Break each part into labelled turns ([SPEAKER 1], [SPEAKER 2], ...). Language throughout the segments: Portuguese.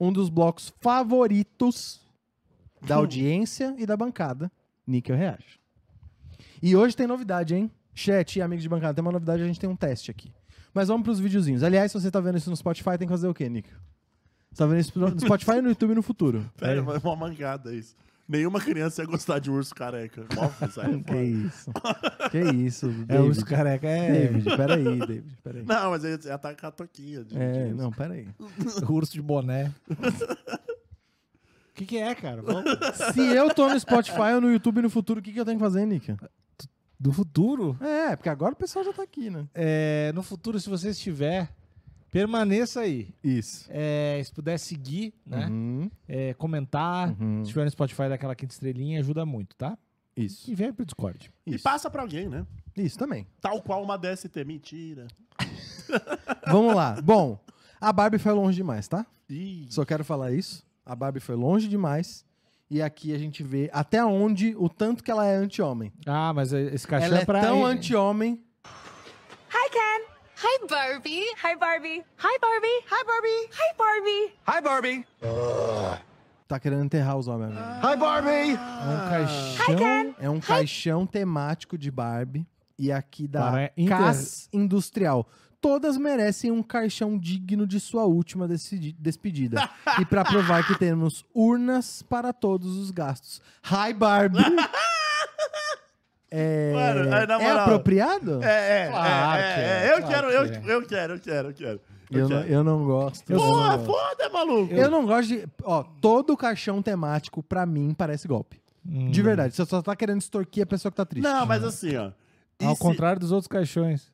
[SPEAKER 1] um dos blocos favoritos da audiência e da bancada, Níquel Reage. E hoje tem novidade, hein? Chat e amigos de bancada, tem uma novidade, a gente tem um teste aqui. Mas vamos pros videozinhos. Aliás, se você tá vendo isso no Spotify, tem que fazer o quê, Níquel? Você tá vendo isso no Spotify e no YouTube no futuro.
[SPEAKER 2] Pera, é uma mangada isso. Nenhuma criança ia gostar de urso careca. Mó, sério,
[SPEAKER 1] Que isso. Que isso,
[SPEAKER 3] É,
[SPEAKER 1] David.
[SPEAKER 3] os careca é
[SPEAKER 1] David, peraí, David, peraí.
[SPEAKER 2] Não, mas ele ia atacar a toquinha. De,
[SPEAKER 1] É,
[SPEAKER 2] de-
[SPEAKER 1] não, peraí.
[SPEAKER 3] urso de boné. O que, que é, cara? Volta.
[SPEAKER 1] Se eu tô no Spotify ou no YouTube no futuro, o que, que eu tenho que fazer, Nika?
[SPEAKER 3] Do futuro?
[SPEAKER 1] É, porque agora o pessoal já tá aqui, né?
[SPEAKER 3] É, no futuro, se você estiver, permaneça aí.
[SPEAKER 1] Isso.
[SPEAKER 3] É, se puder seguir, né? Ah, tipo
[SPEAKER 1] Uhum,
[SPEAKER 3] É, comentar.
[SPEAKER 1] uhum.
[SPEAKER 3] Se estiver no Spotify, dá aquela quinta estrelinha, ajuda muito, tá?
[SPEAKER 1] Isso.
[SPEAKER 3] E vem pro Discord.
[SPEAKER 2] E passa pra alguém, né?
[SPEAKER 1] Isso também.
[SPEAKER 2] Tal qual uma DST. Mentira.
[SPEAKER 1] Vamos lá. Bom, a Barbie foi longe demais, tá?
[SPEAKER 2] Ih,
[SPEAKER 1] Só quero falar isso. A Barbie foi longe demais. E aqui a gente vê até onde o tanto que ela é anti-homem.
[SPEAKER 3] Ah, mas esse cachê
[SPEAKER 1] Ela
[SPEAKER 3] é
[SPEAKER 1] é
[SPEAKER 3] pra.
[SPEAKER 1] tão anti-homem.
[SPEAKER 4] Hi, Ken. Hi, Barbie. Hi, Barbie. Hi, Barbie. Hi, Barbie. Hi, Barbie.
[SPEAKER 5] Hi, Barbie.
[SPEAKER 1] Tá querendo enterrar os homens agora.
[SPEAKER 5] Hi, Barbie.
[SPEAKER 3] É um caixão.
[SPEAKER 1] É um caixão temático de Barbie. E aqui da
[SPEAKER 3] Para inter-
[SPEAKER 1] Cas Industrial. Todas merecem um caixão digno de sua última decidi- despedida. e pra provar que temos urnas para todos os gastos. Hi, Barbie! é...
[SPEAKER 2] Mano, aí, na
[SPEAKER 1] é
[SPEAKER 2] moral-
[SPEAKER 1] apropriado?
[SPEAKER 2] É, é,
[SPEAKER 3] Claro
[SPEAKER 2] é,
[SPEAKER 3] que
[SPEAKER 2] é,
[SPEAKER 3] é,
[SPEAKER 2] é. Eu,
[SPEAKER 3] claro
[SPEAKER 2] quero,
[SPEAKER 3] que
[SPEAKER 2] eu,
[SPEAKER 3] é.
[SPEAKER 2] eu quero, eu quero, eu quero, eu
[SPEAKER 1] Eu, não,
[SPEAKER 2] quero.
[SPEAKER 1] eu não gosto. eu não
[SPEAKER 2] Porra,
[SPEAKER 1] gosto.
[SPEAKER 2] foda, maluco.
[SPEAKER 1] Eu não gosto de. Ó, todo caixão temático, pra mim, parece golpe. De verdade. Você só tá querendo extorquir a pessoa que tá triste.
[SPEAKER 2] Não, mas assim, ó. E
[SPEAKER 3] Ao
[SPEAKER 2] se-
[SPEAKER 3] contrário dos outros caixões.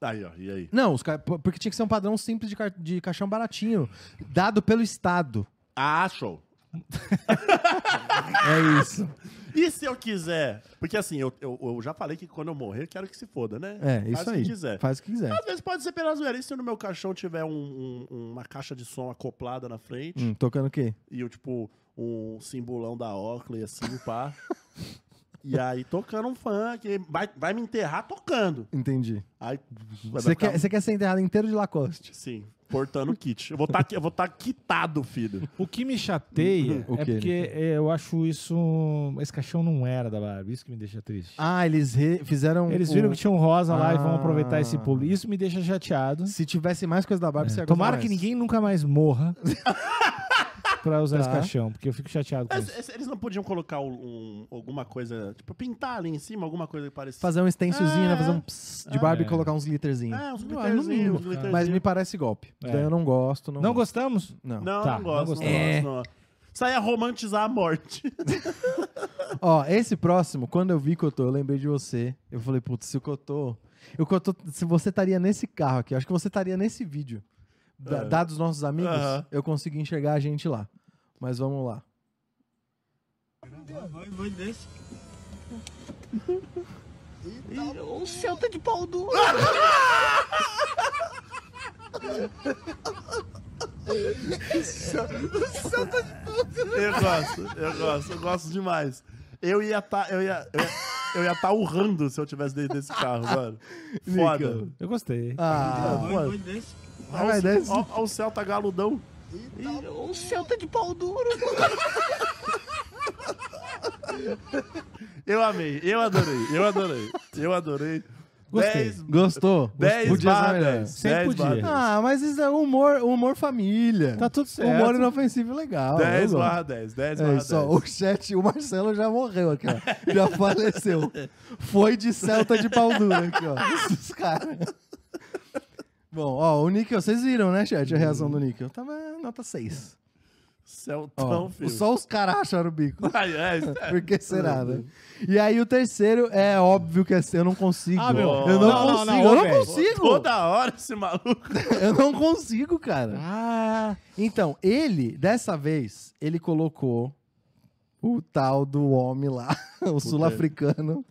[SPEAKER 2] Aí, ó, e aí?
[SPEAKER 1] Não, os ca- po- porque tinha que ser um padrão simples de, ca- de caixão baratinho, dado pelo Estado.
[SPEAKER 2] Ah, show.
[SPEAKER 1] É isso.
[SPEAKER 2] E se eu quiser? Porque assim, eu, eu, eu já falei que quando eu morrer, eu quero que se foda, né?
[SPEAKER 1] É, isso
[SPEAKER 2] Faz
[SPEAKER 1] aí.
[SPEAKER 2] Se quiser.
[SPEAKER 1] Faz o que quiser.
[SPEAKER 2] Então, Às vezes pode ser pela zoeira. E se no meu caixão tiver um- um- uma caixa de som acoplada na frente
[SPEAKER 1] Hum, tocando o quê?
[SPEAKER 2] e eu, tipo, um simbolão da Oakley, assim, pá. e aí tocando um funk. Vai, vai me enterrar tocando.
[SPEAKER 1] Entendi.
[SPEAKER 2] Aí vai
[SPEAKER 1] Você
[SPEAKER 2] ficar-
[SPEAKER 1] quer, você quer ser enterrado inteiro de Lacoste?
[SPEAKER 2] Sim, portando o kit. Eu vou tá, eu vou tá quitado, filho.
[SPEAKER 3] O que me chateia
[SPEAKER 1] O
[SPEAKER 3] é
[SPEAKER 1] quê?
[SPEAKER 3] porque é, eu acho isso. um, Esse caixão não era da Barbie. Isso que me deixa triste.
[SPEAKER 1] Ah, eles re- fizeram.
[SPEAKER 3] Eles
[SPEAKER 1] o-
[SPEAKER 3] viram que tinha um rosa lá e vão
[SPEAKER 1] Ah.
[SPEAKER 3] aproveitar esse pulo. Isso me deixa chateado.
[SPEAKER 1] Se tivesse mais coisa da Barbie, você ia gostar
[SPEAKER 3] É. Tomara
[SPEAKER 1] mais.
[SPEAKER 3] que ninguém nunca mais morra pra usar esse
[SPEAKER 1] Tá.
[SPEAKER 3] caixão, porque eu fico chateado com isso.
[SPEAKER 2] Mas, eles não podiam colocar um- alguma coisa, tipo, pintar ali em cima, alguma coisa que parecia.
[SPEAKER 1] Fazer um stencilzinho, né? Fazer um ps de Barbie
[SPEAKER 3] É.
[SPEAKER 1] e colocar uns glitterzinhos.
[SPEAKER 2] É, uns
[SPEAKER 1] Ah,
[SPEAKER 2] glitterzinhos,
[SPEAKER 1] no mínimo.
[SPEAKER 2] uns glitterzinhos.
[SPEAKER 1] Mas me parece golpe.
[SPEAKER 3] É.
[SPEAKER 1] Então eu não gosto. Não,
[SPEAKER 3] Não
[SPEAKER 1] gosto.
[SPEAKER 3] gostamos?
[SPEAKER 1] Não.
[SPEAKER 2] Não,
[SPEAKER 3] Tá,
[SPEAKER 2] não gosto,
[SPEAKER 3] não
[SPEAKER 2] não,
[SPEAKER 3] gostei.
[SPEAKER 2] gosto, não. Isso aí é romantizar a morte.
[SPEAKER 1] Ó, esse próximo, quando eu vi Cotô, eu lembrei de você. Eu falei, putz, se o Cotô. O Cotô, se você estaria nesse carro aqui, eu acho que você estaria nesse vídeo. Da, Dados nossos amigos,
[SPEAKER 2] Aham.
[SPEAKER 1] eu consegui enxergar a gente lá. Mas vamos lá.
[SPEAKER 5] O céu tá de pau duro.
[SPEAKER 2] eu gosto, eu gosto, eu gosto demais. Eu ia tá, eu ia, eu ia, eu ia tá urrando se eu tivesse dentro desse carro, mano. Foda.
[SPEAKER 3] Eu gostei.
[SPEAKER 1] Ah,
[SPEAKER 2] Olha
[SPEAKER 1] vai
[SPEAKER 2] o-
[SPEAKER 1] desse.
[SPEAKER 2] ó- ó o Celta galudão.
[SPEAKER 5] O céu tá de pau duro.
[SPEAKER 2] Eu amei, eu adorei, eu adorei, eu adorei.
[SPEAKER 3] Gostei.
[SPEAKER 2] 10
[SPEAKER 1] gostou?
[SPEAKER 2] 10
[SPEAKER 1] Podia ser
[SPEAKER 2] barra
[SPEAKER 1] melhor.
[SPEAKER 2] 10.
[SPEAKER 3] Sempre
[SPEAKER 2] 10 barra
[SPEAKER 3] podia.
[SPEAKER 2] 10.
[SPEAKER 1] Ah, mas isso é humor, humor família.
[SPEAKER 3] Tá tudo certo.
[SPEAKER 1] Humor inofensivo legal.
[SPEAKER 2] 10
[SPEAKER 1] eu gosto.
[SPEAKER 2] barra 10, 10 barra
[SPEAKER 1] É isso, ó,
[SPEAKER 2] 10.
[SPEAKER 1] o chat, o Marcelo já morreu aqui, ó. Já faleceu. Foi de Celta de pau dura aqui, ó. Esses caras. Bom, ó, o Níquel, vocês viram, né, chat, a reação do Níquel. Tava nota 6.
[SPEAKER 2] Celtão, é um filho.
[SPEAKER 1] só os caras acharam o bico.
[SPEAKER 2] Ai, ai, é.
[SPEAKER 1] Por que será, né? E aí o terceiro é óbvio que é seu, eu não consigo.
[SPEAKER 3] Ah, meu.
[SPEAKER 1] Eu não,
[SPEAKER 3] Não, não,
[SPEAKER 1] consigo,
[SPEAKER 3] não,
[SPEAKER 1] eu
[SPEAKER 3] ô,
[SPEAKER 1] não
[SPEAKER 3] velho.
[SPEAKER 1] consigo.
[SPEAKER 2] Toda hora esse maluco.
[SPEAKER 1] Eu não consigo, cara.
[SPEAKER 3] Ah,
[SPEAKER 1] Então, ele, dessa vez, ele colocou o tal do homem lá, o sul-africano.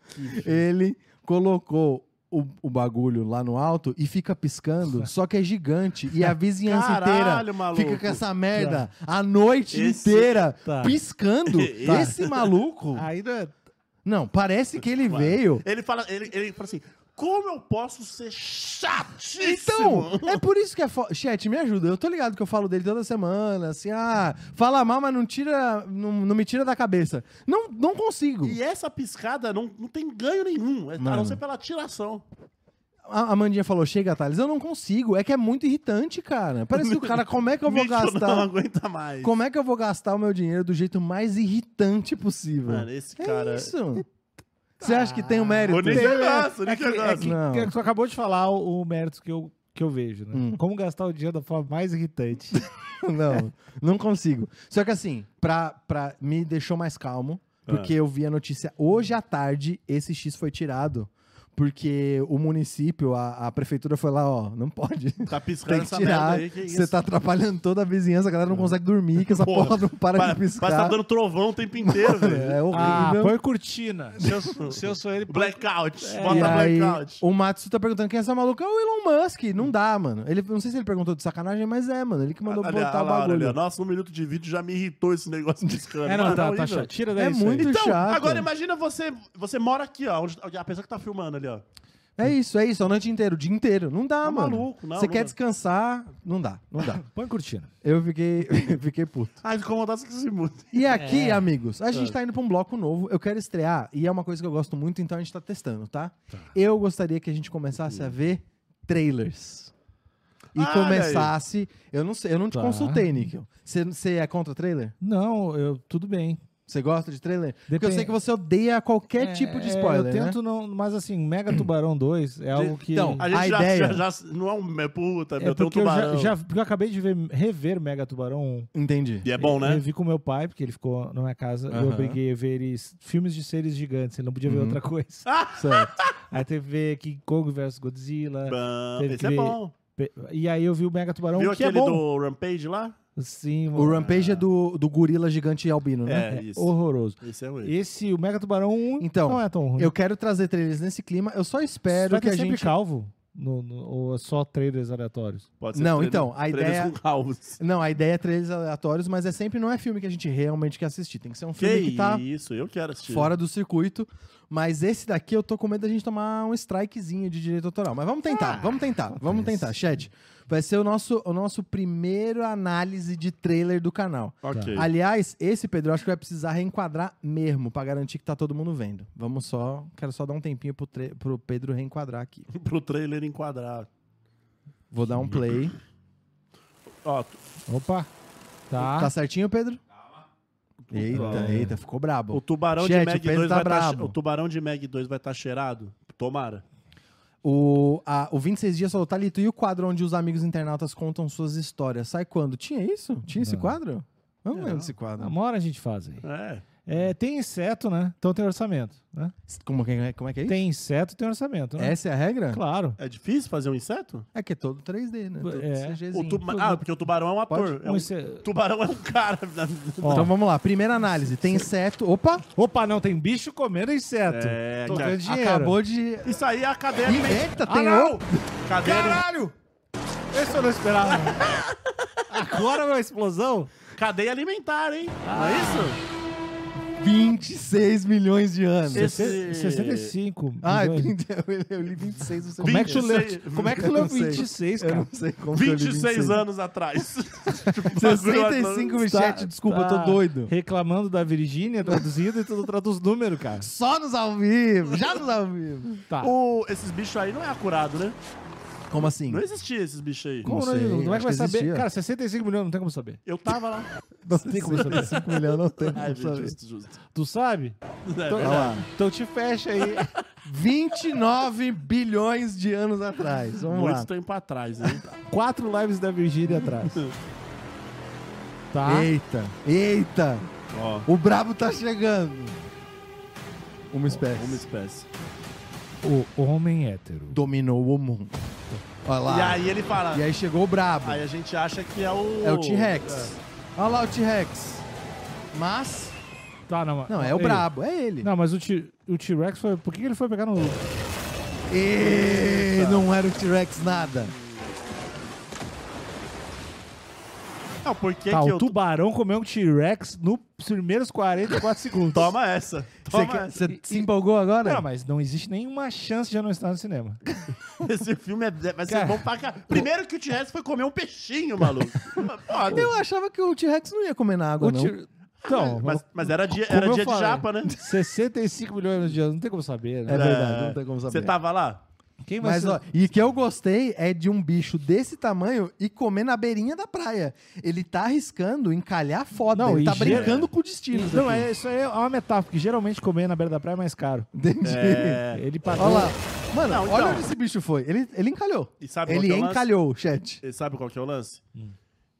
[SPEAKER 1] Ele colocou o, o bagulho lá no alto e fica piscando, só que é gigante. E a vizinhança
[SPEAKER 2] Caralho,
[SPEAKER 1] inteira
[SPEAKER 2] maluco. Tá.
[SPEAKER 1] fica com essa merda a noite
[SPEAKER 2] Esse-
[SPEAKER 1] inteira
[SPEAKER 3] Tá.
[SPEAKER 1] piscando.
[SPEAKER 2] Tá. Ah.
[SPEAKER 1] Esse maluco.
[SPEAKER 3] ainda.
[SPEAKER 1] Não, parece que ele veio.
[SPEAKER 2] Ele fala, ele, ele fala assim: Como eu posso ser chatíssimo?
[SPEAKER 1] Então, é por isso que é foda. Chat, me ajuda. Eu tô ligado que eu falo dele toda semana, assim, ah, fala mal, mas não tira. Não, não me tira da cabeça. Não, não consigo.
[SPEAKER 2] E essa piscada não, não tem ganho nenhum, é, a
[SPEAKER 1] Mano.
[SPEAKER 2] não ser pela tiração.
[SPEAKER 1] A a Mandinha falou: chega, Thales, eu não consigo. É que é muito irritante, cara. Parece que o cara, como é que eu vou
[SPEAKER 2] Mitchell não
[SPEAKER 1] gastar?
[SPEAKER 2] aguenta mais.
[SPEAKER 1] Como é que eu vou gastar o meu dinheiro do jeito mais irritante possível?
[SPEAKER 2] Mano, esse
[SPEAKER 1] é
[SPEAKER 2] cara...
[SPEAKER 1] isso. Você acha que tem o mérito?
[SPEAKER 2] O Nick
[SPEAKER 3] Tem,
[SPEAKER 2] é
[SPEAKER 3] é.
[SPEAKER 2] grosso, o Nick é
[SPEAKER 3] que- é
[SPEAKER 2] grosso.
[SPEAKER 3] que-
[SPEAKER 1] Não.
[SPEAKER 3] que tu acabou de falar o, o mérito que eu, que eu vejo, né?
[SPEAKER 1] Hum.
[SPEAKER 3] Como gastar o dinheiro da forma mais irritante.
[SPEAKER 1] Não, não consigo. Só que assim, pra, pra, me deixou mais calmo,
[SPEAKER 2] Ah.
[SPEAKER 1] porque eu vi a notícia hoje à tarde, esse X foi tirado. Porque o município, a, a prefeitura foi lá, ó, não pode.
[SPEAKER 2] Tá piscando
[SPEAKER 1] Tem que
[SPEAKER 2] essa merda
[SPEAKER 1] tirar.
[SPEAKER 2] aí, que
[SPEAKER 1] Você
[SPEAKER 2] isso. Ah.
[SPEAKER 1] tá atrapalhando toda a vizinhança, a galera não consegue dormir, que essa
[SPEAKER 2] Porra,
[SPEAKER 1] porra, não para
[SPEAKER 2] Pa-
[SPEAKER 1] de piscar.
[SPEAKER 2] Parece que tá dando trovão o tempo inteiro, velho.
[SPEAKER 1] É
[SPEAKER 3] ah,
[SPEAKER 1] horrível.
[SPEAKER 3] põe cortina. Se eu, se eu sou ele, põe-
[SPEAKER 2] Blackout,
[SPEAKER 1] É, E
[SPEAKER 2] bota
[SPEAKER 1] aí,
[SPEAKER 2] blackout.
[SPEAKER 1] o Matsu tá perguntando quem é essa maluca. É o Elon Musk. Não dá, mano. Ele, não sei se ele perguntou de sacanagem, mas é, mano. Ele que mandou
[SPEAKER 2] Olha,
[SPEAKER 1] botar
[SPEAKER 2] olha
[SPEAKER 1] o
[SPEAKER 2] lá, olha,
[SPEAKER 1] bagulho.
[SPEAKER 2] olha. Nossa, um minuto de vídeo já me irritou esse negócio piscando.
[SPEAKER 3] É, não,
[SPEAKER 2] Mano,
[SPEAKER 3] tá, tá
[SPEAKER 2] horrível.
[SPEAKER 3] chato. Tira daí
[SPEAKER 1] É
[SPEAKER 3] isso aí.
[SPEAKER 1] muito
[SPEAKER 2] Então,
[SPEAKER 1] chato.
[SPEAKER 2] agora imagina você, você mora aqui, ó, onde, a pessoa que tá filmando ali, ó.
[SPEAKER 1] É isso, é isso. A noite inteira, o dia inteiro. Não dá,
[SPEAKER 2] Tá
[SPEAKER 1] mano.
[SPEAKER 2] maluco, não,
[SPEAKER 1] Você
[SPEAKER 2] não
[SPEAKER 1] quer
[SPEAKER 2] dá.
[SPEAKER 1] descansar? Não dá, não dá.
[SPEAKER 3] Põe cortina.
[SPEAKER 1] Eu fiquei, fiquei puto.
[SPEAKER 2] Ah, incomodasse que se muda.
[SPEAKER 1] E
[SPEAKER 2] É.
[SPEAKER 1] aqui, amigos, a gente tá indo pra um bloco novo. Eu quero estrear, e é uma coisa que eu gosto muito, então a gente tá testando, tá? Eu gostaria que a gente começasse a ver trailers. E
[SPEAKER 2] Olha aí.
[SPEAKER 1] começasse. Eu não sei, eu não te
[SPEAKER 3] Tá.
[SPEAKER 1] consultei, Níquel. Você- Você é contra trailer?
[SPEAKER 3] Não, eu tudo bem.
[SPEAKER 1] Você gosta de trailer? Porque eu
[SPEAKER 3] Depende-
[SPEAKER 1] sei que você odeia qualquer tipo de spoiler.
[SPEAKER 3] É,
[SPEAKER 1] né?
[SPEAKER 3] eu tento não, mas assim, Mega Tubarão 2 é algo que
[SPEAKER 1] Então,
[SPEAKER 2] A gente
[SPEAKER 1] A
[SPEAKER 2] já,
[SPEAKER 1] ideia-
[SPEAKER 2] já- já- Não é um. É puta,
[SPEAKER 3] é
[SPEAKER 2] meu, tem um
[SPEAKER 3] porque eu
[SPEAKER 2] tubarão.
[SPEAKER 3] já, já- porque eu acabei de ver rever Mega Tubarão 1.
[SPEAKER 1] Entendi.
[SPEAKER 2] E é bom,
[SPEAKER 3] Eu
[SPEAKER 2] né?
[SPEAKER 3] vi com meu pai, porque ele ficou na minha casa. Eu
[SPEAKER 1] Aham.
[SPEAKER 3] obriguei a ver eles, filmes de seres gigantes, ele não podia ver
[SPEAKER 2] Uhum.
[SPEAKER 3] outra coisa.
[SPEAKER 1] Certo.
[SPEAKER 3] Aí teve que ver King Kong vs Godzilla.
[SPEAKER 2] Bom,
[SPEAKER 3] Teve
[SPEAKER 2] Esse é
[SPEAKER 3] que-
[SPEAKER 2] bom.
[SPEAKER 3] pe- E aí eu vi o Mega Tubarão,
[SPEAKER 2] Viu
[SPEAKER 3] que é
[SPEAKER 2] aquele
[SPEAKER 3] bom.
[SPEAKER 2] do Rampage lá?
[SPEAKER 3] Sim,
[SPEAKER 1] O
[SPEAKER 3] mano,
[SPEAKER 1] Rampage é do, do gorila gigante albino, né?
[SPEAKER 2] É,
[SPEAKER 3] é
[SPEAKER 2] isso.
[SPEAKER 3] horroroso.
[SPEAKER 2] Esse é o
[SPEAKER 3] Esse, o Mega Tubarão 1,
[SPEAKER 1] Então,
[SPEAKER 3] não é tão ruim.
[SPEAKER 1] Eu quero trazer trailers nesse clima. Eu só espero
[SPEAKER 3] Vai
[SPEAKER 1] que
[SPEAKER 3] ter
[SPEAKER 1] a
[SPEAKER 3] sempre
[SPEAKER 1] gente.
[SPEAKER 3] calvo? No, no- ou é só trailers aleatórios?
[SPEAKER 2] Pode
[SPEAKER 1] Não,
[SPEAKER 2] trailer-
[SPEAKER 1] então, a
[SPEAKER 2] trailers
[SPEAKER 1] ideia-
[SPEAKER 2] com calvos.
[SPEAKER 1] Não, a ideia é trailers aleatórios, mas é sempre não é filme que a gente realmente quer assistir. Tem que ser um
[SPEAKER 2] Que
[SPEAKER 1] filme que, tá
[SPEAKER 2] isso, eu quero assistir.
[SPEAKER 1] fora do circuito. Mas esse daqui eu tô com medo da gente tomar um strikezinho de direito autoral. Mas vamos
[SPEAKER 3] Ah.
[SPEAKER 1] tentar, vamos tentar, vamos tentar, Chad. Vai ser o nosso, o nosso primeiro análise de trailer do canal.
[SPEAKER 2] Ok.
[SPEAKER 1] Aliás, esse, Pedro, eu acho que vai precisar reenquadrar mesmo, pra garantir que tá todo mundo vendo. Vamos só. Quero só dar um tempinho pro, tre- pro Pedro reenquadrar aqui.
[SPEAKER 2] Pro trailer enquadrar.
[SPEAKER 1] Vou dar um play.
[SPEAKER 2] Ó,
[SPEAKER 3] Opa! Tá.
[SPEAKER 2] Ah.
[SPEAKER 1] Tá certinho, Pedro? Eita, eita, ficou brabo.
[SPEAKER 2] o tubarão
[SPEAKER 1] Chat,
[SPEAKER 2] de Mag
[SPEAKER 1] o Pedro
[SPEAKER 2] 2
[SPEAKER 1] tá
[SPEAKER 2] vai tá
[SPEAKER 1] brabo.
[SPEAKER 2] O tubarão de Mag 2 vai estar cheirado? Tomara.
[SPEAKER 1] O, a- o 26 Dias falou, Thalito, e o quadro onde os amigos internautas contam suas histórias? Sai quando? Tinha isso? Tinha esse quadro? Eu não lembro desse
[SPEAKER 3] Na
[SPEAKER 1] quadro.
[SPEAKER 3] mora a gente faz aí.
[SPEAKER 2] É.
[SPEAKER 3] É, tem inseto, né? Então tem orçamento. Né?
[SPEAKER 1] Como, que- como é que é isso?
[SPEAKER 3] Tem inseto, tem orçamento. Né?
[SPEAKER 1] Essa é a regra?
[SPEAKER 3] Claro.
[SPEAKER 2] É difícil fazer um inseto?
[SPEAKER 1] É que é todo 3D, né? Todo
[SPEAKER 3] É.
[SPEAKER 1] CGzinho.
[SPEAKER 2] O tuba- Ah, porque o tubarão é um ator.
[SPEAKER 3] Pode-
[SPEAKER 2] É
[SPEAKER 3] um
[SPEAKER 2] um...
[SPEAKER 3] inse-
[SPEAKER 2] Tubarão é um cara.
[SPEAKER 3] Ó.
[SPEAKER 1] Então vamos lá, primeira análise. Tem inseto. Opa!
[SPEAKER 3] Opa, não, tem bicho comendo inseto.
[SPEAKER 2] É,
[SPEAKER 3] Tô
[SPEAKER 2] cara,
[SPEAKER 3] ganhando dinheiro.
[SPEAKER 1] Acabou de.
[SPEAKER 2] Isso aí é a cadeia Ah,
[SPEAKER 1] Ih, Eita, tem
[SPEAKER 3] não!
[SPEAKER 1] outro.
[SPEAKER 2] Cadeia
[SPEAKER 3] Caralho! Esse eu não esperava. Agora é uma explosão?
[SPEAKER 2] Cadeia alimentar, hein?
[SPEAKER 1] Ah,
[SPEAKER 2] Não é isso?
[SPEAKER 1] 26 milhões de anos.
[SPEAKER 2] Esse-
[SPEAKER 3] 65.
[SPEAKER 1] Ah,
[SPEAKER 3] milhões.
[SPEAKER 1] 20 eu li 26 você
[SPEAKER 3] como, é que tu leu,
[SPEAKER 2] 26.
[SPEAKER 3] como é que tu
[SPEAKER 1] Eu
[SPEAKER 3] leu
[SPEAKER 1] não sei.
[SPEAKER 3] 26,
[SPEAKER 1] Eu
[SPEAKER 3] cara?
[SPEAKER 1] não sei como que eu li
[SPEAKER 2] 26, anos atrás. Tipo,
[SPEAKER 1] 65 mil
[SPEAKER 2] bagulho-
[SPEAKER 1] chat, desculpa, eu
[SPEAKER 3] tá
[SPEAKER 1] tô doido.
[SPEAKER 3] Reclamando da Virgínia traduzido e tu traduz número, cara.
[SPEAKER 1] Só nos ao vivo, já nos ao vivo.
[SPEAKER 3] Tá.
[SPEAKER 2] O- esses bichos aí não é acurado, né?
[SPEAKER 1] Como assim?
[SPEAKER 2] Não existia esses bichos aí.
[SPEAKER 3] Como,
[SPEAKER 1] sei,
[SPEAKER 3] não, como é que
[SPEAKER 1] acho
[SPEAKER 3] vai
[SPEAKER 1] que
[SPEAKER 3] saber?
[SPEAKER 1] existia.
[SPEAKER 3] Cara, 65 milhões, não tem como saber.
[SPEAKER 2] Eu tava lá.
[SPEAKER 1] Não tem como saber. 5 milhões não tem
[SPEAKER 2] Ai,
[SPEAKER 1] como
[SPEAKER 2] gente,
[SPEAKER 1] saber.
[SPEAKER 2] justo, justo.
[SPEAKER 3] Tu sabe?
[SPEAKER 2] É
[SPEAKER 3] Então,
[SPEAKER 2] verdade.
[SPEAKER 3] então te fecha aí.
[SPEAKER 1] 29 bilhões de anos atrás. Vamos lá.
[SPEAKER 2] Muito tempo atrás, hein?
[SPEAKER 3] Quatro lives da Virgínia atrás. Tá?
[SPEAKER 1] Eita, eita.
[SPEAKER 2] Ó,
[SPEAKER 1] O brabo tá chegando. Uma espécie.
[SPEAKER 2] uma espécie.
[SPEAKER 3] O homem hétero.
[SPEAKER 1] Dominou o mundo. Olha lá.
[SPEAKER 2] E aí ele fala.
[SPEAKER 1] E aí chegou o brabo.
[SPEAKER 2] Aí a gente acha que é o.
[SPEAKER 1] É o T-Rex. Olha lá o T-Rex. Mas.
[SPEAKER 3] Tá, não, mas-
[SPEAKER 1] Não, é o
[SPEAKER 3] ei.
[SPEAKER 1] brabo, é ele.
[SPEAKER 3] Não, mas o T- o T-Rex foi. Por que que ele foi pegar no.
[SPEAKER 1] E não era o T-Rex nada.
[SPEAKER 2] Não, por que,
[SPEAKER 3] Tá,
[SPEAKER 2] que
[SPEAKER 3] o
[SPEAKER 2] eu.
[SPEAKER 3] tubarão comeu um T-Rex nos primeiros 44 segundos.
[SPEAKER 2] Toma essa. Toma
[SPEAKER 1] Você quer-
[SPEAKER 2] essa.
[SPEAKER 1] você se empolgou agora?
[SPEAKER 3] Não, mas não existe nenhuma chance de eu não estar no cinema.
[SPEAKER 2] Esse filme é, vai ser
[SPEAKER 3] Cara,
[SPEAKER 2] bom pra cá. Primeiro que o T-Rex foi comer um peixinho, maluco. Uma foda.
[SPEAKER 1] Eu achava que o T-Rex não ia comer na água,
[SPEAKER 3] O
[SPEAKER 1] não. É,
[SPEAKER 3] T- Então,
[SPEAKER 2] Mas, mas era dia,
[SPEAKER 3] como
[SPEAKER 2] era
[SPEAKER 3] eu
[SPEAKER 2] dia de
[SPEAKER 3] falei,
[SPEAKER 2] japa, né?
[SPEAKER 3] 65 milhões de anos, não tem como
[SPEAKER 1] É
[SPEAKER 3] saber, né?
[SPEAKER 1] verdade, não tem como saber.
[SPEAKER 2] Você tava lá?
[SPEAKER 3] Quem vai
[SPEAKER 1] Mas,
[SPEAKER 3] ser-
[SPEAKER 1] ó, e que eu gostei é de um bicho desse tamanho e comer na beirinha da praia. Ele tá arriscando encalhar foda.
[SPEAKER 3] Não,
[SPEAKER 1] ele
[SPEAKER 3] e
[SPEAKER 1] tá
[SPEAKER 3] gera-
[SPEAKER 1] brincando com o destino.
[SPEAKER 3] Não, é, isso aí é uma metáfora, que geralmente comer na beira da praia é mais caro.
[SPEAKER 1] Entendi.
[SPEAKER 2] É.
[SPEAKER 3] Ele pagou...
[SPEAKER 1] Olha lá. Mano,
[SPEAKER 2] Não,
[SPEAKER 1] olha
[SPEAKER 2] então.
[SPEAKER 1] onde esse bicho foi. Ele, ele encalhou.
[SPEAKER 2] E sabe qual
[SPEAKER 1] ele
[SPEAKER 2] que é o lance?
[SPEAKER 1] encalhou, chat.
[SPEAKER 2] E Sabe qual que é o lance?
[SPEAKER 1] Hum.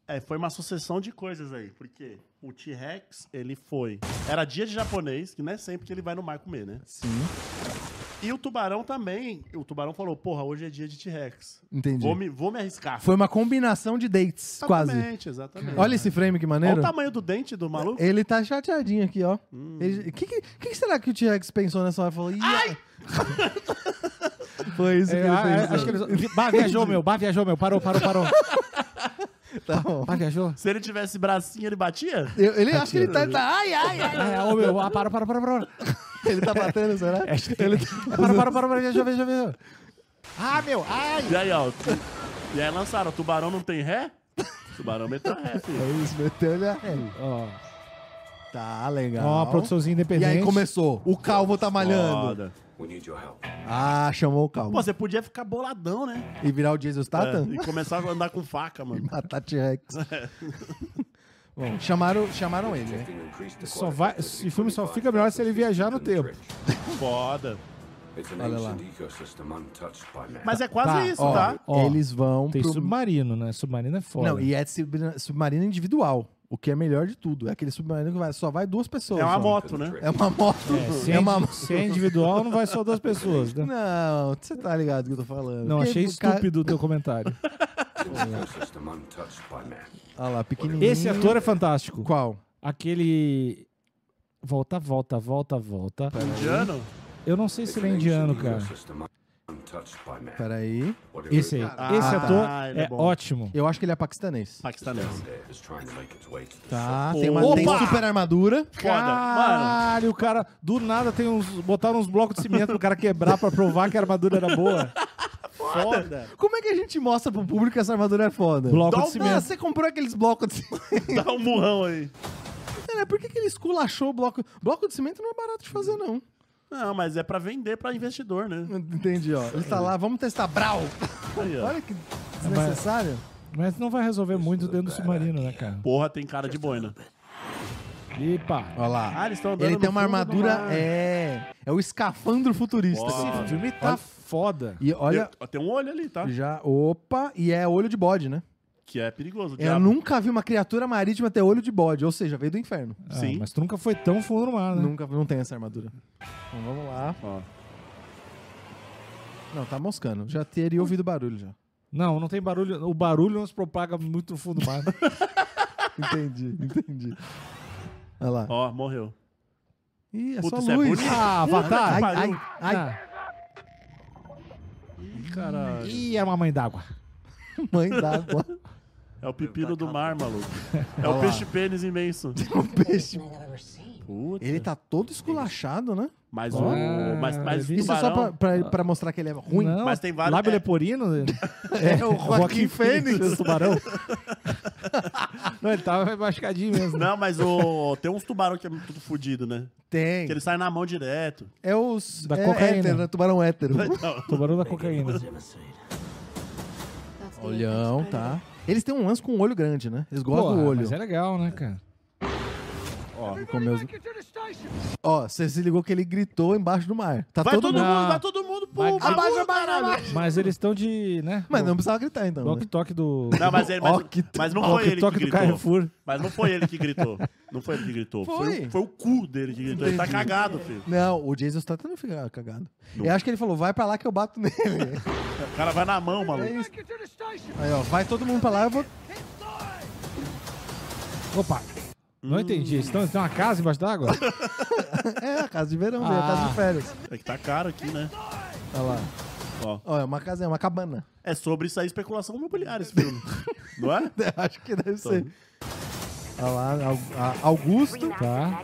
[SPEAKER 2] É, foi uma sucessão de coisas aí. Porque o T-Rex, ele foi. Era dia de japonês, que não é sempre que ele vai no mar comer, né?
[SPEAKER 1] Sim.
[SPEAKER 2] E o tubarão também. O tubarão falou: porra, hoje é dia de T-Rex.
[SPEAKER 1] Entendi.
[SPEAKER 2] Vou me, vou me arriscar.
[SPEAKER 1] Foi uma combinação de dates, quase.
[SPEAKER 2] Exatamente, exatamente.
[SPEAKER 1] Olha né? esse frame que
[SPEAKER 2] Olha
[SPEAKER 1] maneiro.
[SPEAKER 2] o tamanho do dente do maluco.
[SPEAKER 1] Ele tá chateadinho aqui, ó. Ele- que, que, que será que o T-Rex pensou nessa hora? Falou, "Ih,
[SPEAKER 2] Ai!
[SPEAKER 1] Foi isso que
[SPEAKER 3] É,
[SPEAKER 1] ele
[SPEAKER 3] ah, é,
[SPEAKER 1] pensou.
[SPEAKER 3] acho que ele... Bah, viajou, meu. Bah, viajou, meu. Parou, parou, parou.
[SPEAKER 1] Tá bom.
[SPEAKER 3] Bah, viajou.
[SPEAKER 2] Se ele tivesse bracinho, ele batia?
[SPEAKER 1] Eu- ele acha que ele tá, tá- Ai, ai, ai.
[SPEAKER 3] É, ô, meu. Ah, parou, parou, parou, parou.
[SPEAKER 1] Ele tá batendo, será?
[SPEAKER 3] É, ele... é, parou, parou, parou, parou. Viajou, viajou, viajou. Ah, meu. Ai.
[SPEAKER 2] E aí, ó. E aí lançaram, tubarão não tem ré? Tubarão meteu ré, filho.
[SPEAKER 1] É isso, meteu ele. é.
[SPEAKER 3] Ó,
[SPEAKER 1] Tá legal.
[SPEAKER 3] ó, uma produçãozinha
[SPEAKER 1] E
[SPEAKER 3] independente.
[SPEAKER 1] aí começou. O calvo tá malhando.
[SPEAKER 2] Foda.
[SPEAKER 3] É.
[SPEAKER 1] Ah, chamou o
[SPEAKER 2] Pô,
[SPEAKER 1] calvo.
[SPEAKER 2] você podia ficar boladão, né?
[SPEAKER 1] E virar o Jesus Statham?
[SPEAKER 2] É, e começar a andar com faca, mano.
[SPEAKER 1] Matar T-Rex. Bom, chamaram, chamaram ele, né?
[SPEAKER 3] Só vai... Esse filme só fica melhor se ele viajar no tempo.
[SPEAKER 2] Foda.
[SPEAKER 1] Olha lá.
[SPEAKER 2] Mas é quase
[SPEAKER 3] Tá,
[SPEAKER 2] isso,
[SPEAKER 1] Ó,
[SPEAKER 2] tá?
[SPEAKER 3] Ó,
[SPEAKER 1] eles vão
[SPEAKER 3] Tem
[SPEAKER 1] um pro...
[SPEAKER 3] submarino, né? Submarino é foda.
[SPEAKER 1] Não, e é submarino, submarino individual, o que é melhor de tudo. É aquele submarino que vai- só vai duas pessoas.
[SPEAKER 2] É uma
[SPEAKER 1] só.
[SPEAKER 2] moto, né?
[SPEAKER 1] É uma moto.
[SPEAKER 3] É, se,
[SPEAKER 1] É,
[SPEAKER 3] é
[SPEAKER 1] uma
[SPEAKER 3] indi-
[SPEAKER 1] moto.
[SPEAKER 3] se é individual, não vai só duas pessoas, né?
[SPEAKER 1] Não, você tá ligado do que eu tô falando.
[SPEAKER 3] Não,
[SPEAKER 1] Porque
[SPEAKER 3] achei
[SPEAKER 1] o cara-
[SPEAKER 3] estúpido o teu comentário. É,
[SPEAKER 1] Olha lá, pequenininho.
[SPEAKER 3] Esse ator é fantástico.
[SPEAKER 1] Qual?
[SPEAKER 3] Aquele. Volta, volta, volta, volta.
[SPEAKER 2] Indiano?
[SPEAKER 3] Eu não sei se ele é indiano, cara.
[SPEAKER 1] Peraí.
[SPEAKER 3] Esse aí. Esse ator
[SPEAKER 2] Ah, ele
[SPEAKER 3] é,
[SPEAKER 2] é bom.
[SPEAKER 3] ótimo.
[SPEAKER 1] Eu acho que ele é paquistanês.
[SPEAKER 2] Paquistanês.
[SPEAKER 1] Tá, tem uma
[SPEAKER 2] Opa!
[SPEAKER 1] tem super armadura.
[SPEAKER 2] Foda. Mano,
[SPEAKER 3] Caralho, o cara do nada tem uns. Botaram uns blocos de cimento pro cara quebrar pra provar que a armadura era boa. Foda!
[SPEAKER 1] Como é que a gente mostra pro público que essa armadura é foda?
[SPEAKER 3] Bloco
[SPEAKER 1] Dá
[SPEAKER 3] de
[SPEAKER 1] um-
[SPEAKER 3] cimento.
[SPEAKER 1] Ah, você comprou aqueles blocos de cimento.
[SPEAKER 2] dá um murrão aí.
[SPEAKER 1] Cara, por que, que ele esculachou o bloco? Bloco de cimento não é barato de fazer, não.
[SPEAKER 2] Não, mas é pra vender pra investidor, né?
[SPEAKER 1] Entendi, ó.
[SPEAKER 3] É.
[SPEAKER 1] Ele tá lá, vamos testar Brau.
[SPEAKER 2] Aí, ó.
[SPEAKER 1] Olha que desnecessário.
[SPEAKER 3] Mas não vai resolver muito dentro do submarino, né, cara?
[SPEAKER 2] Porra, tem cara de boina.
[SPEAKER 3] E pá.
[SPEAKER 1] Olha lá.
[SPEAKER 2] Ah, eles estão andando
[SPEAKER 1] Ele tem
[SPEAKER 2] no
[SPEAKER 1] uma
[SPEAKER 2] fundo do
[SPEAKER 1] armadura,
[SPEAKER 2] mar.
[SPEAKER 1] é. É o escafandro futurista.
[SPEAKER 2] Uau.
[SPEAKER 3] Esse filme tá foda.
[SPEAKER 1] E olha,
[SPEAKER 2] Tem- ó, Tem um olho ali, tá?
[SPEAKER 1] já. Opa, e é olho de bode, né?
[SPEAKER 2] Que é perigoso. o
[SPEAKER 1] Eu
[SPEAKER 2] diabo.
[SPEAKER 1] nunca vi uma criatura marítima ter olho de bode, ou seja, veio do inferno.
[SPEAKER 3] Ah,
[SPEAKER 2] Sim.
[SPEAKER 3] mas tu nunca foi tão fundo no mar, né?
[SPEAKER 1] Nunca, não tem essa armadura. Então vamos lá.
[SPEAKER 2] Ó.
[SPEAKER 1] Não, tá moscando. Já teria ouvido barulho já.
[SPEAKER 3] Não, não tem barulho. O barulho não se propaga muito no fundo do mar. né?
[SPEAKER 1] Entendi, entendi. Olha lá.
[SPEAKER 2] Ó, morreu.
[SPEAKER 1] Ih, é
[SPEAKER 2] Puta, isso
[SPEAKER 1] só
[SPEAKER 2] é
[SPEAKER 1] luz.
[SPEAKER 2] bonito.
[SPEAKER 3] ah, Avatar!
[SPEAKER 1] Ai,
[SPEAKER 2] pariu.
[SPEAKER 1] ai, ai,
[SPEAKER 2] Caralho.
[SPEAKER 3] Ih, era uma mãe d'água.
[SPEAKER 1] mãe d'água.
[SPEAKER 2] É o pepino do mar, maluco. É o peixe-pênis imenso.
[SPEAKER 1] Um peixe.
[SPEAKER 2] Puta.
[SPEAKER 1] Ele tá todo esculachado, né?
[SPEAKER 2] Mas o. Mas, mas o
[SPEAKER 3] Isso
[SPEAKER 1] Isso é só pra,
[SPEAKER 2] tubarão.
[SPEAKER 1] pra, pra mostrar que ele é ruim.
[SPEAKER 3] Não,
[SPEAKER 2] Mas tem vários-
[SPEAKER 3] Lábio
[SPEAKER 2] é.
[SPEAKER 3] leporino?
[SPEAKER 1] É o Joaquim
[SPEAKER 3] do
[SPEAKER 1] Fênix.
[SPEAKER 3] tubarão? não, ele tava machucadinho mesmo.
[SPEAKER 2] Não, mas o. Tem uns tubarão que é tudo fudido, né?
[SPEAKER 1] Tem.
[SPEAKER 2] Que ele sai na mão direto.
[SPEAKER 1] É os.
[SPEAKER 3] Da
[SPEAKER 1] é
[SPEAKER 3] cocaína.
[SPEAKER 1] hétero, né? Tubarão hétero.
[SPEAKER 3] Tubarão da cocaína.
[SPEAKER 4] That's the
[SPEAKER 1] Olhão,
[SPEAKER 4] apex
[SPEAKER 1] tá.
[SPEAKER 4] predator.
[SPEAKER 1] Eles têm um lance com um olho grande, né? Eles
[SPEAKER 3] Pô,
[SPEAKER 1] gostam do olho.
[SPEAKER 3] Mas é legal, né, cara?
[SPEAKER 1] Ó, vou comer os- Ó, você se ligou que ele gritou embaixo do mar. Tá
[SPEAKER 2] Vai
[SPEAKER 1] todo,
[SPEAKER 2] todo mundo,
[SPEAKER 1] mundo.
[SPEAKER 3] mundo-
[SPEAKER 2] vai todo mundo pro.
[SPEAKER 3] Vai-
[SPEAKER 2] pro-
[SPEAKER 1] Abaixa, abaixa,
[SPEAKER 2] caralho.
[SPEAKER 1] abaixa.
[SPEAKER 3] Mas eles estão de, né?
[SPEAKER 1] Mas não precisava gritar, então. né?
[SPEAKER 3] Toque-toque do...
[SPEAKER 2] Não, mas, ele, mas,
[SPEAKER 1] Ó, que
[SPEAKER 2] mas não foi ele que
[SPEAKER 3] toque do Carrefour.
[SPEAKER 2] gritou. Mas não foi ele que gritou. Não foi ele que gritou. Foi,
[SPEAKER 1] Foi.
[SPEAKER 2] o- foi o cu dele que gritou. Ele tá
[SPEAKER 1] Entendi.
[SPEAKER 2] cagado, filho.
[SPEAKER 1] Não, o tá Jason Statham não fica cagado. Eu acho que ele falou, vai pra lá que eu bato nele.
[SPEAKER 2] O cara vai na mão,
[SPEAKER 1] É
[SPEAKER 2] maluco.
[SPEAKER 1] Aí, ó, vai todo mundo pra lá, eu vou...
[SPEAKER 3] Opa! Não entendi. Eles estão- tem uma casa embaixo d'água?
[SPEAKER 1] É, a casa de verão, né? a casa
[SPEAKER 3] Ah.
[SPEAKER 1] de férias.
[SPEAKER 2] É que tá caro aqui, né?
[SPEAKER 1] Olha lá.
[SPEAKER 2] Ó.
[SPEAKER 1] Ó, é uma casa, é uma cabana.
[SPEAKER 2] É sobre isso aí, especulação imobiliária esse filme. não é?
[SPEAKER 1] Acho que deve ser. Olha lá, Au- a- Augusto.
[SPEAKER 6] Tá.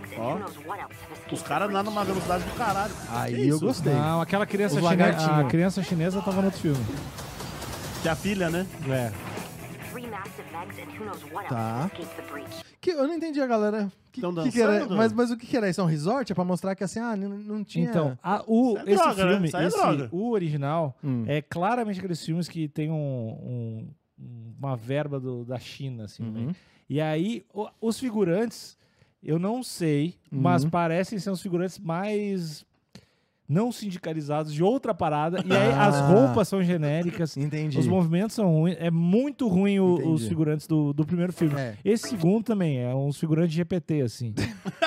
[SPEAKER 2] Os caras lá numa velocidade do caralho.
[SPEAKER 1] Aí
[SPEAKER 2] Que
[SPEAKER 1] eu
[SPEAKER 2] isso?
[SPEAKER 1] gostei.
[SPEAKER 3] Não, aquela criança
[SPEAKER 1] Os
[SPEAKER 3] chinesa.
[SPEAKER 1] lagartinhos.
[SPEAKER 3] A criança chinesa tava no outro filme.
[SPEAKER 2] Que a filha, né?
[SPEAKER 3] É.
[SPEAKER 1] Tá. Que eu não entendi a galera. Que,
[SPEAKER 2] Tão
[SPEAKER 1] que que era,
[SPEAKER 2] dançando?
[SPEAKER 1] mas, mas o que, que era isso? É um resort? É pra mostrar que assim, ah, não, não tinha.
[SPEAKER 3] Então, a- o,
[SPEAKER 2] Isso é
[SPEAKER 3] esse
[SPEAKER 2] droga, né?
[SPEAKER 3] filme,
[SPEAKER 2] Isso aí é
[SPEAKER 3] esse-
[SPEAKER 2] droga.
[SPEAKER 3] o original,
[SPEAKER 1] Hum.
[SPEAKER 3] é claramente aqueles filmes que tem um- um- uma verba do- da China, assim, no
[SPEAKER 1] Uhum.
[SPEAKER 3] meio. E aí, o- os figurantes, eu não sei, mas
[SPEAKER 1] Uhum.
[SPEAKER 3] parecem ser os figurantes mais não sindicalizados de outra parada. E aí, as
[SPEAKER 1] Ah.
[SPEAKER 3] roupas são genéricas.
[SPEAKER 1] Entendi.
[SPEAKER 3] Os movimentos são ruins, é muito ruim o- os
[SPEAKER 1] Entendi.
[SPEAKER 3] figurantes do, do primeiro filme.
[SPEAKER 1] É.
[SPEAKER 3] Esse segundo também é uns figurantes GPT, assim.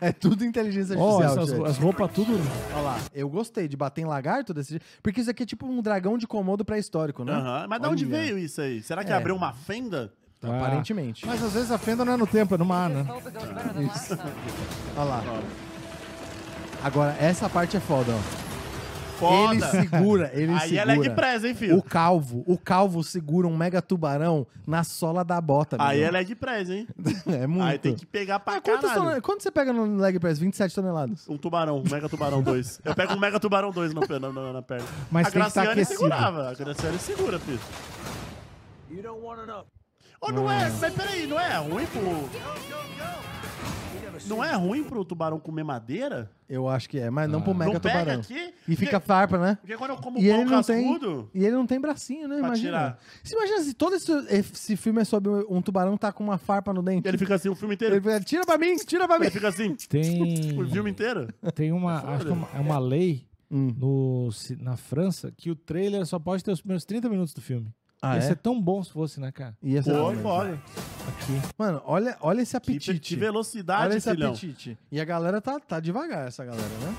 [SPEAKER 1] É tudo inteligência
[SPEAKER 3] Ó,
[SPEAKER 1] artificial.
[SPEAKER 3] essas-
[SPEAKER 1] gente.
[SPEAKER 3] as roupas tudo
[SPEAKER 1] Olha lá, eu gostei de bater em lagarto desse jeito. Porque isso aqui é tipo um dragão de comodo pré-histórico, né?
[SPEAKER 2] Aham. Mas de onde
[SPEAKER 1] Olha.
[SPEAKER 2] veio isso aí? Será que
[SPEAKER 1] É.
[SPEAKER 2] abriu uma fenda?
[SPEAKER 3] Ah.
[SPEAKER 1] Aparentemente.
[SPEAKER 3] Mas às vezes a fenda não é no tempo, é no mar, né?
[SPEAKER 1] Olha lá. Agora, essa parte é foda, ó.
[SPEAKER 2] Foda.
[SPEAKER 1] Ele segura, ele
[SPEAKER 2] aí
[SPEAKER 1] segura.
[SPEAKER 2] é leg press, hein, filho?
[SPEAKER 1] O calvo, o calvo segura um mega tubarão na sola da bota,
[SPEAKER 2] Aí é
[SPEAKER 1] menino.
[SPEAKER 2] leg press, hein?
[SPEAKER 1] é muito.
[SPEAKER 2] Aí tem que pegar pra
[SPEAKER 1] Mas Ah, quantas
[SPEAKER 2] caralho.
[SPEAKER 1] tona- quanto você pega no leg press? 27 toneladas.
[SPEAKER 2] Um tubarão, um mega tubarão 2. Eu pego um mega tubarão 2 na, perna- na, na perna.
[SPEAKER 3] Mas
[SPEAKER 2] a
[SPEAKER 3] tem que tá
[SPEAKER 2] Graciane
[SPEAKER 3] aquecido.
[SPEAKER 2] segurava. A Graciane segura, filho. Oh, não é, mas peraí, não é ruim pro. Não é ruim pro tubarão comer madeira?
[SPEAKER 1] Eu acho que é, mas não pro mega
[SPEAKER 2] Ah. não pega
[SPEAKER 1] tubarão.
[SPEAKER 2] aqui?
[SPEAKER 1] E fica farpa, né?
[SPEAKER 2] Porque quando eu como
[SPEAKER 1] E ele
[SPEAKER 2] pão
[SPEAKER 1] não tem.
[SPEAKER 2] cascudo.
[SPEAKER 1] E ele não tem bracinho, né?
[SPEAKER 2] Pra
[SPEAKER 1] Imagina.
[SPEAKER 2] tirar.
[SPEAKER 1] Você imagina se todo esse, esse filme é sobre um tubarão que tá com uma farpa no dente.
[SPEAKER 2] Ele fica assim o filme
[SPEAKER 1] Ele
[SPEAKER 2] inteiro.
[SPEAKER 1] fala, tira pra mim, tira pra mim.
[SPEAKER 2] Ele fica assim
[SPEAKER 3] Tem,
[SPEAKER 2] o filme inteiro.
[SPEAKER 3] tem uma, acho que é uma, é uma lei
[SPEAKER 1] Hum.
[SPEAKER 3] no, ci- na França que o trailer só pode ter os primeiros 30 minutos do filme.
[SPEAKER 1] Ah,
[SPEAKER 3] Ia
[SPEAKER 1] é?
[SPEAKER 3] ser tão bom se fosse, né, cara?
[SPEAKER 1] E essa- é
[SPEAKER 2] Pô, olha.
[SPEAKER 1] Mano, olha, olha esse
[SPEAKER 2] Que,
[SPEAKER 1] apetite.
[SPEAKER 2] que velocidade,
[SPEAKER 1] olha esse
[SPEAKER 2] filhão.
[SPEAKER 1] apetite. E a galera tá, tá devagar, essa galera, né?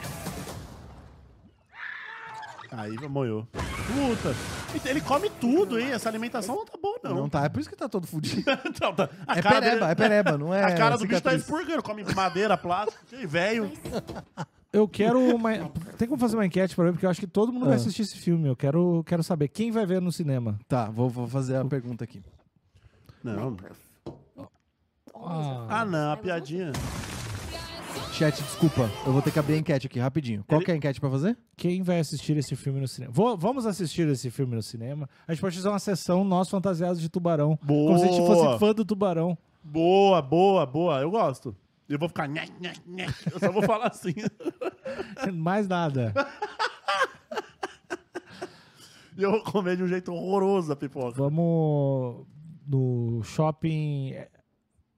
[SPEAKER 2] Aí moiou. Puta. Então, Ele come tudo, hein? Essa alimentação não tá boa, não.
[SPEAKER 1] Não, tá. É por isso que tá todo fudido.
[SPEAKER 2] Então, tá. A
[SPEAKER 1] É
[SPEAKER 2] cara
[SPEAKER 1] pereba,
[SPEAKER 2] dele-
[SPEAKER 1] é pereba, não é
[SPEAKER 2] A cara do bicho tá
[SPEAKER 1] cicatriz.
[SPEAKER 2] expurgando. Come madeira, plástico. Que velho.
[SPEAKER 3] Eu quero uma. Tem como fazer uma enquete pra mim? Porque eu acho que todo mundo vai assistir esse filme. Eu quero, quero saber quem vai ver no cinema.
[SPEAKER 1] Tá, vou, vou fazer a pergunta aqui.
[SPEAKER 2] Não.
[SPEAKER 3] Ah,
[SPEAKER 2] Ah, não. A piadinha.
[SPEAKER 1] Chat, desculpa. Eu vou ter que abrir a enquete aqui rapidinho. Qual que é a enquete pra fazer?
[SPEAKER 3] quem vai assistir esse filme no cinema? Vou- vamos assistir esse filme no cinema. A gente pode fazer uma sessão nós fantasiados de tubarão. Como se a gente
[SPEAKER 2] Boa.
[SPEAKER 3] fosse fã do tubarão.
[SPEAKER 2] Boa, boa, boa. Eu gosto. Eu vou ficar... nhé, nhé, nhé. Eu só vou falar assim.
[SPEAKER 3] Mais nada.
[SPEAKER 2] E eu vou comer de um jeito horroroso a pipoca.
[SPEAKER 3] Vamos no shopping eh,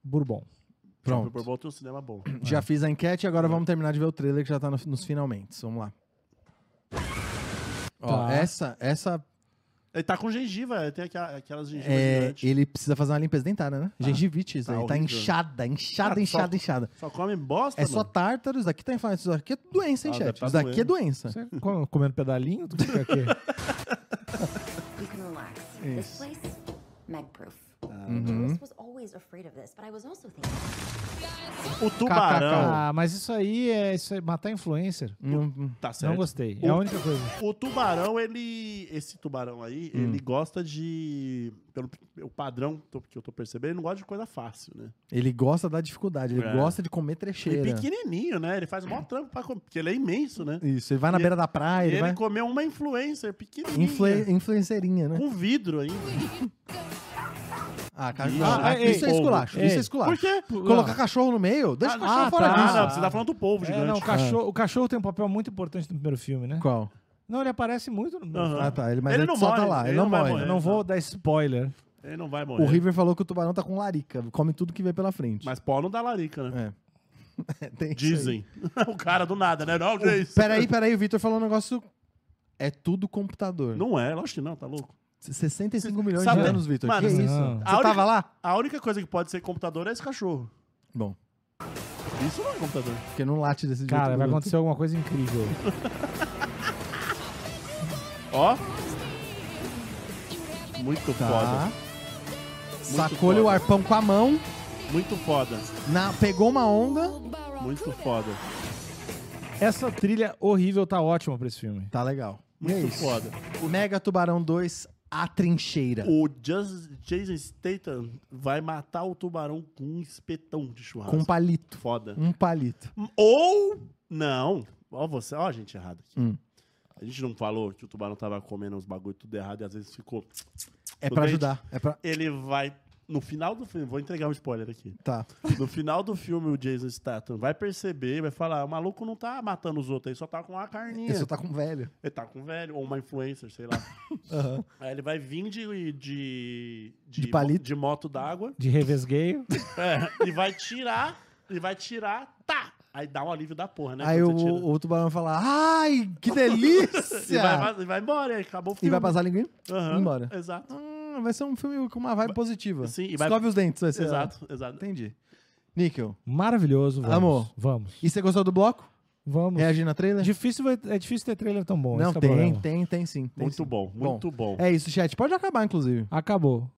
[SPEAKER 3] Bourbon.
[SPEAKER 1] Pronto.
[SPEAKER 2] Por volta um cinema bom.
[SPEAKER 1] Já fiz a enquete, agora vamos terminar de ver o trailer que já tá no- nos finalmente. Vamos lá. Ó,
[SPEAKER 3] Tá.
[SPEAKER 1] essa, essa
[SPEAKER 2] Ele tá com gengiva. ele Tem aqua- aquelas gengivas
[SPEAKER 1] é,
[SPEAKER 2] gigantes.
[SPEAKER 1] ele precisa fazer uma limpeza dentária, né? Gengivite, isso
[SPEAKER 2] tá
[SPEAKER 1] aí. Tá
[SPEAKER 2] horrível.
[SPEAKER 1] inchada, inchada,
[SPEAKER 2] Ah,
[SPEAKER 1] inchada,
[SPEAKER 2] só-
[SPEAKER 1] inchada.
[SPEAKER 2] Só come bosta,
[SPEAKER 1] É só
[SPEAKER 2] mano.
[SPEAKER 1] tártaro, isso daqui tá inflamado, isso daqui é doença, hein,
[SPEAKER 2] Ah,
[SPEAKER 1] chat?
[SPEAKER 2] tá
[SPEAKER 1] Isso daqui é
[SPEAKER 2] doendo.
[SPEAKER 1] doença.
[SPEAKER 3] Você come- comendo pedalinho? Tu fica aqui.
[SPEAKER 6] You can relax. This place, Megproof. Joyce was always afraid of this, but I was also thinking.
[SPEAKER 2] O tubarão...
[SPEAKER 3] Ah, mas isso aí é isso aí, matar influencer.
[SPEAKER 1] Hum,
[SPEAKER 2] Tá
[SPEAKER 3] Não
[SPEAKER 2] certo.
[SPEAKER 3] gostei. É a única coisa.
[SPEAKER 2] O tubarão, ele. Esse tubarão aí,
[SPEAKER 1] Hum.
[SPEAKER 2] ele gosta de. Pelo o padrão to- que eu tô percebendo, ele não gosta de coisa fácil, né?
[SPEAKER 1] Ele gosta da dificuldade, ele
[SPEAKER 2] É.
[SPEAKER 1] gosta de comer
[SPEAKER 2] Ele é
[SPEAKER 1] trecheira.
[SPEAKER 2] pequenininho, né? Ele faz mó trampo pra comer, porque ele é imenso, né?
[SPEAKER 1] Isso, ele vai na
[SPEAKER 2] E-
[SPEAKER 1] beira da praia, Hum. É,
[SPEAKER 2] E
[SPEAKER 1] ele,
[SPEAKER 2] ele,
[SPEAKER 1] vai.
[SPEAKER 2] comeu uma influencer pequenininha.
[SPEAKER 1] Influ- influencerinha, né?
[SPEAKER 2] Com vidro ainda.
[SPEAKER 1] Ah, cara,
[SPEAKER 2] Ih,
[SPEAKER 1] não,
[SPEAKER 2] ah,
[SPEAKER 1] aqui
[SPEAKER 3] ei,
[SPEAKER 1] isso é
[SPEAKER 2] polvo.
[SPEAKER 1] esculacho. Isso
[SPEAKER 3] Ei,
[SPEAKER 1] é esculacho.
[SPEAKER 2] Por quê?
[SPEAKER 1] Colocar cachorro no meio? Deixa o
[SPEAKER 2] Ah,
[SPEAKER 1] cachorro
[SPEAKER 3] ah,
[SPEAKER 1] fora
[SPEAKER 3] tá.
[SPEAKER 1] disso.
[SPEAKER 2] Ah, não, você tá falando do povo
[SPEAKER 3] É,
[SPEAKER 2] gigante.
[SPEAKER 3] não, o cachorro, o cachorro tem um papel muito importante no primeiro filme, né?
[SPEAKER 1] Qual?
[SPEAKER 3] Não, ele aparece muito no primeiro
[SPEAKER 2] Aham.
[SPEAKER 3] filme.
[SPEAKER 1] Ah, tá. Ele, mas
[SPEAKER 2] Ele
[SPEAKER 1] ele,
[SPEAKER 2] não
[SPEAKER 1] só tá
[SPEAKER 2] morre,
[SPEAKER 1] lá.
[SPEAKER 2] ele
[SPEAKER 1] Ele, não
[SPEAKER 2] não vai
[SPEAKER 1] morre.
[SPEAKER 2] morrer.
[SPEAKER 3] Eu não vou dar spoiler.
[SPEAKER 2] Ele não vai morrer.
[SPEAKER 1] O River falou que o tubarão tá com larica. Come tudo que vem pela frente.
[SPEAKER 2] Mas pó não dá larica, né?
[SPEAKER 1] Tem É, isso aí.
[SPEAKER 2] Dizem. o cara do nada, né? Não, que isso?
[SPEAKER 1] Peraí, peraí. O Victor falou um negócio... É tudo computador.
[SPEAKER 2] Não é, lógico que não, tá louco.
[SPEAKER 1] 65 milhões
[SPEAKER 2] Sabe-
[SPEAKER 1] de anos, Victor.
[SPEAKER 2] Mano,
[SPEAKER 1] que
[SPEAKER 2] você-
[SPEAKER 1] isso?
[SPEAKER 3] Não.
[SPEAKER 1] Você
[SPEAKER 2] a única-
[SPEAKER 1] tava lá?
[SPEAKER 2] A única coisa que pode ser computador é esse cachorro.
[SPEAKER 1] Bom,
[SPEAKER 2] Isso não é computador.
[SPEAKER 1] porque não late desse jeito.
[SPEAKER 3] Cara, vai
[SPEAKER 1] bruto.
[SPEAKER 3] acontecer alguma coisa incrível.
[SPEAKER 2] Ó. Muito
[SPEAKER 1] Tá.
[SPEAKER 2] foda.
[SPEAKER 1] Sacou-lhe o
[SPEAKER 2] foda.
[SPEAKER 1] arpão com a mão.
[SPEAKER 2] Muito foda.
[SPEAKER 1] na- pegou uma onda.
[SPEAKER 2] Muito foda.
[SPEAKER 3] Essa trilha horrível tá ótima pra esse filme.
[SPEAKER 1] Tá legal.
[SPEAKER 2] Muito
[SPEAKER 1] É isso.
[SPEAKER 2] foda.
[SPEAKER 1] O Mega Tubarão 2, A Trincheira.
[SPEAKER 2] O Just- Jason Statham vai matar o tubarão com um espetão de churrasco.
[SPEAKER 1] Com um palito.
[SPEAKER 2] Foda.
[SPEAKER 1] Um palito.
[SPEAKER 2] Ou. Não. Ó, você, ó, a gente errada aqui.
[SPEAKER 1] Hum.
[SPEAKER 2] A gente não falou que o tubarão tava comendo os bagulho tudo errado e às vezes ficou.
[SPEAKER 1] É
[SPEAKER 2] No
[SPEAKER 1] pra
[SPEAKER 2] dente?
[SPEAKER 1] ajudar. É pra...
[SPEAKER 2] Ele vai. No final do filme, vou entregar um spoiler aqui.
[SPEAKER 1] Tá.
[SPEAKER 2] No final do filme, o Jason Statham vai perceber, vai falar: o maluco não tá matando os outros, ele só tá com uma
[SPEAKER 3] É.
[SPEAKER 2] carninha.
[SPEAKER 1] Esse só tá com velho.
[SPEAKER 2] Ele tá com um velho, ou uma influencer, sei lá. Aí ele vai vir de. de. de,
[SPEAKER 1] De palito.
[SPEAKER 2] mo- de moto d'água.
[SPEAKER 3] De revesgueio.
[SPEAKER 2] É, e vai tirar. E vai tirar. Tá! Aí dá um alívio da porra, né?
[SPEAKER 1] Aí o,
[SPEAKER 2] quando você tira.
[SPEAKER 1] o tubarão fala, ai, que
[SPEAKER 2] E vai,
[SPEAKER 1] delícia!
[SPEAKER 2] vai- vai embora, e acabou o
[SPEAKER 1] e
[SPEAKER 2] filme.
[SPEAKER 1] vai passar a linguinha?
[SPEAKER 2] Aham,
[SPEAKER 1] embora.
[SPEAKER 2] Exato.
[SPEAKER 1] Hum, vai ser um filme com uma vibe positiva.
[SPEAKER 2] Sim, e vai-
[SPEAKER 1] Escove os dentes. Vai ser...
[SPEAKER 2] Exato, exato.
[SPEAKER 1] Entendi. Níquel.
[SPEAKER 3] Maravilhoso, vamos.
[SPEAKER 1] Amor.
[SPEAKER 3] Vamos.
[SPEAKER 1] E você gostou do bloco?
[SPEAKER 3] Vamos.
[SPEAKER 1] Reagir na trailer?
[SPEAKER 3] Difícil, vai- é difícil ter trailer tão bom.
[SPEAKER 1] Não,
[SPEAKER 3] esse é o
[SPEAKER 1] tem,
[SPEAKER 3] problema.
[SPEAKER 1] tem, tem sim. tem
[SPEAKER 2] Muito
[SPEAKER 1] sim.
[SPEAKER 2] bom, muito bom.
[SPEAKER 1] É isso, chat. Pode acabar, inclusive.
[SPEAKER 3] Acabou.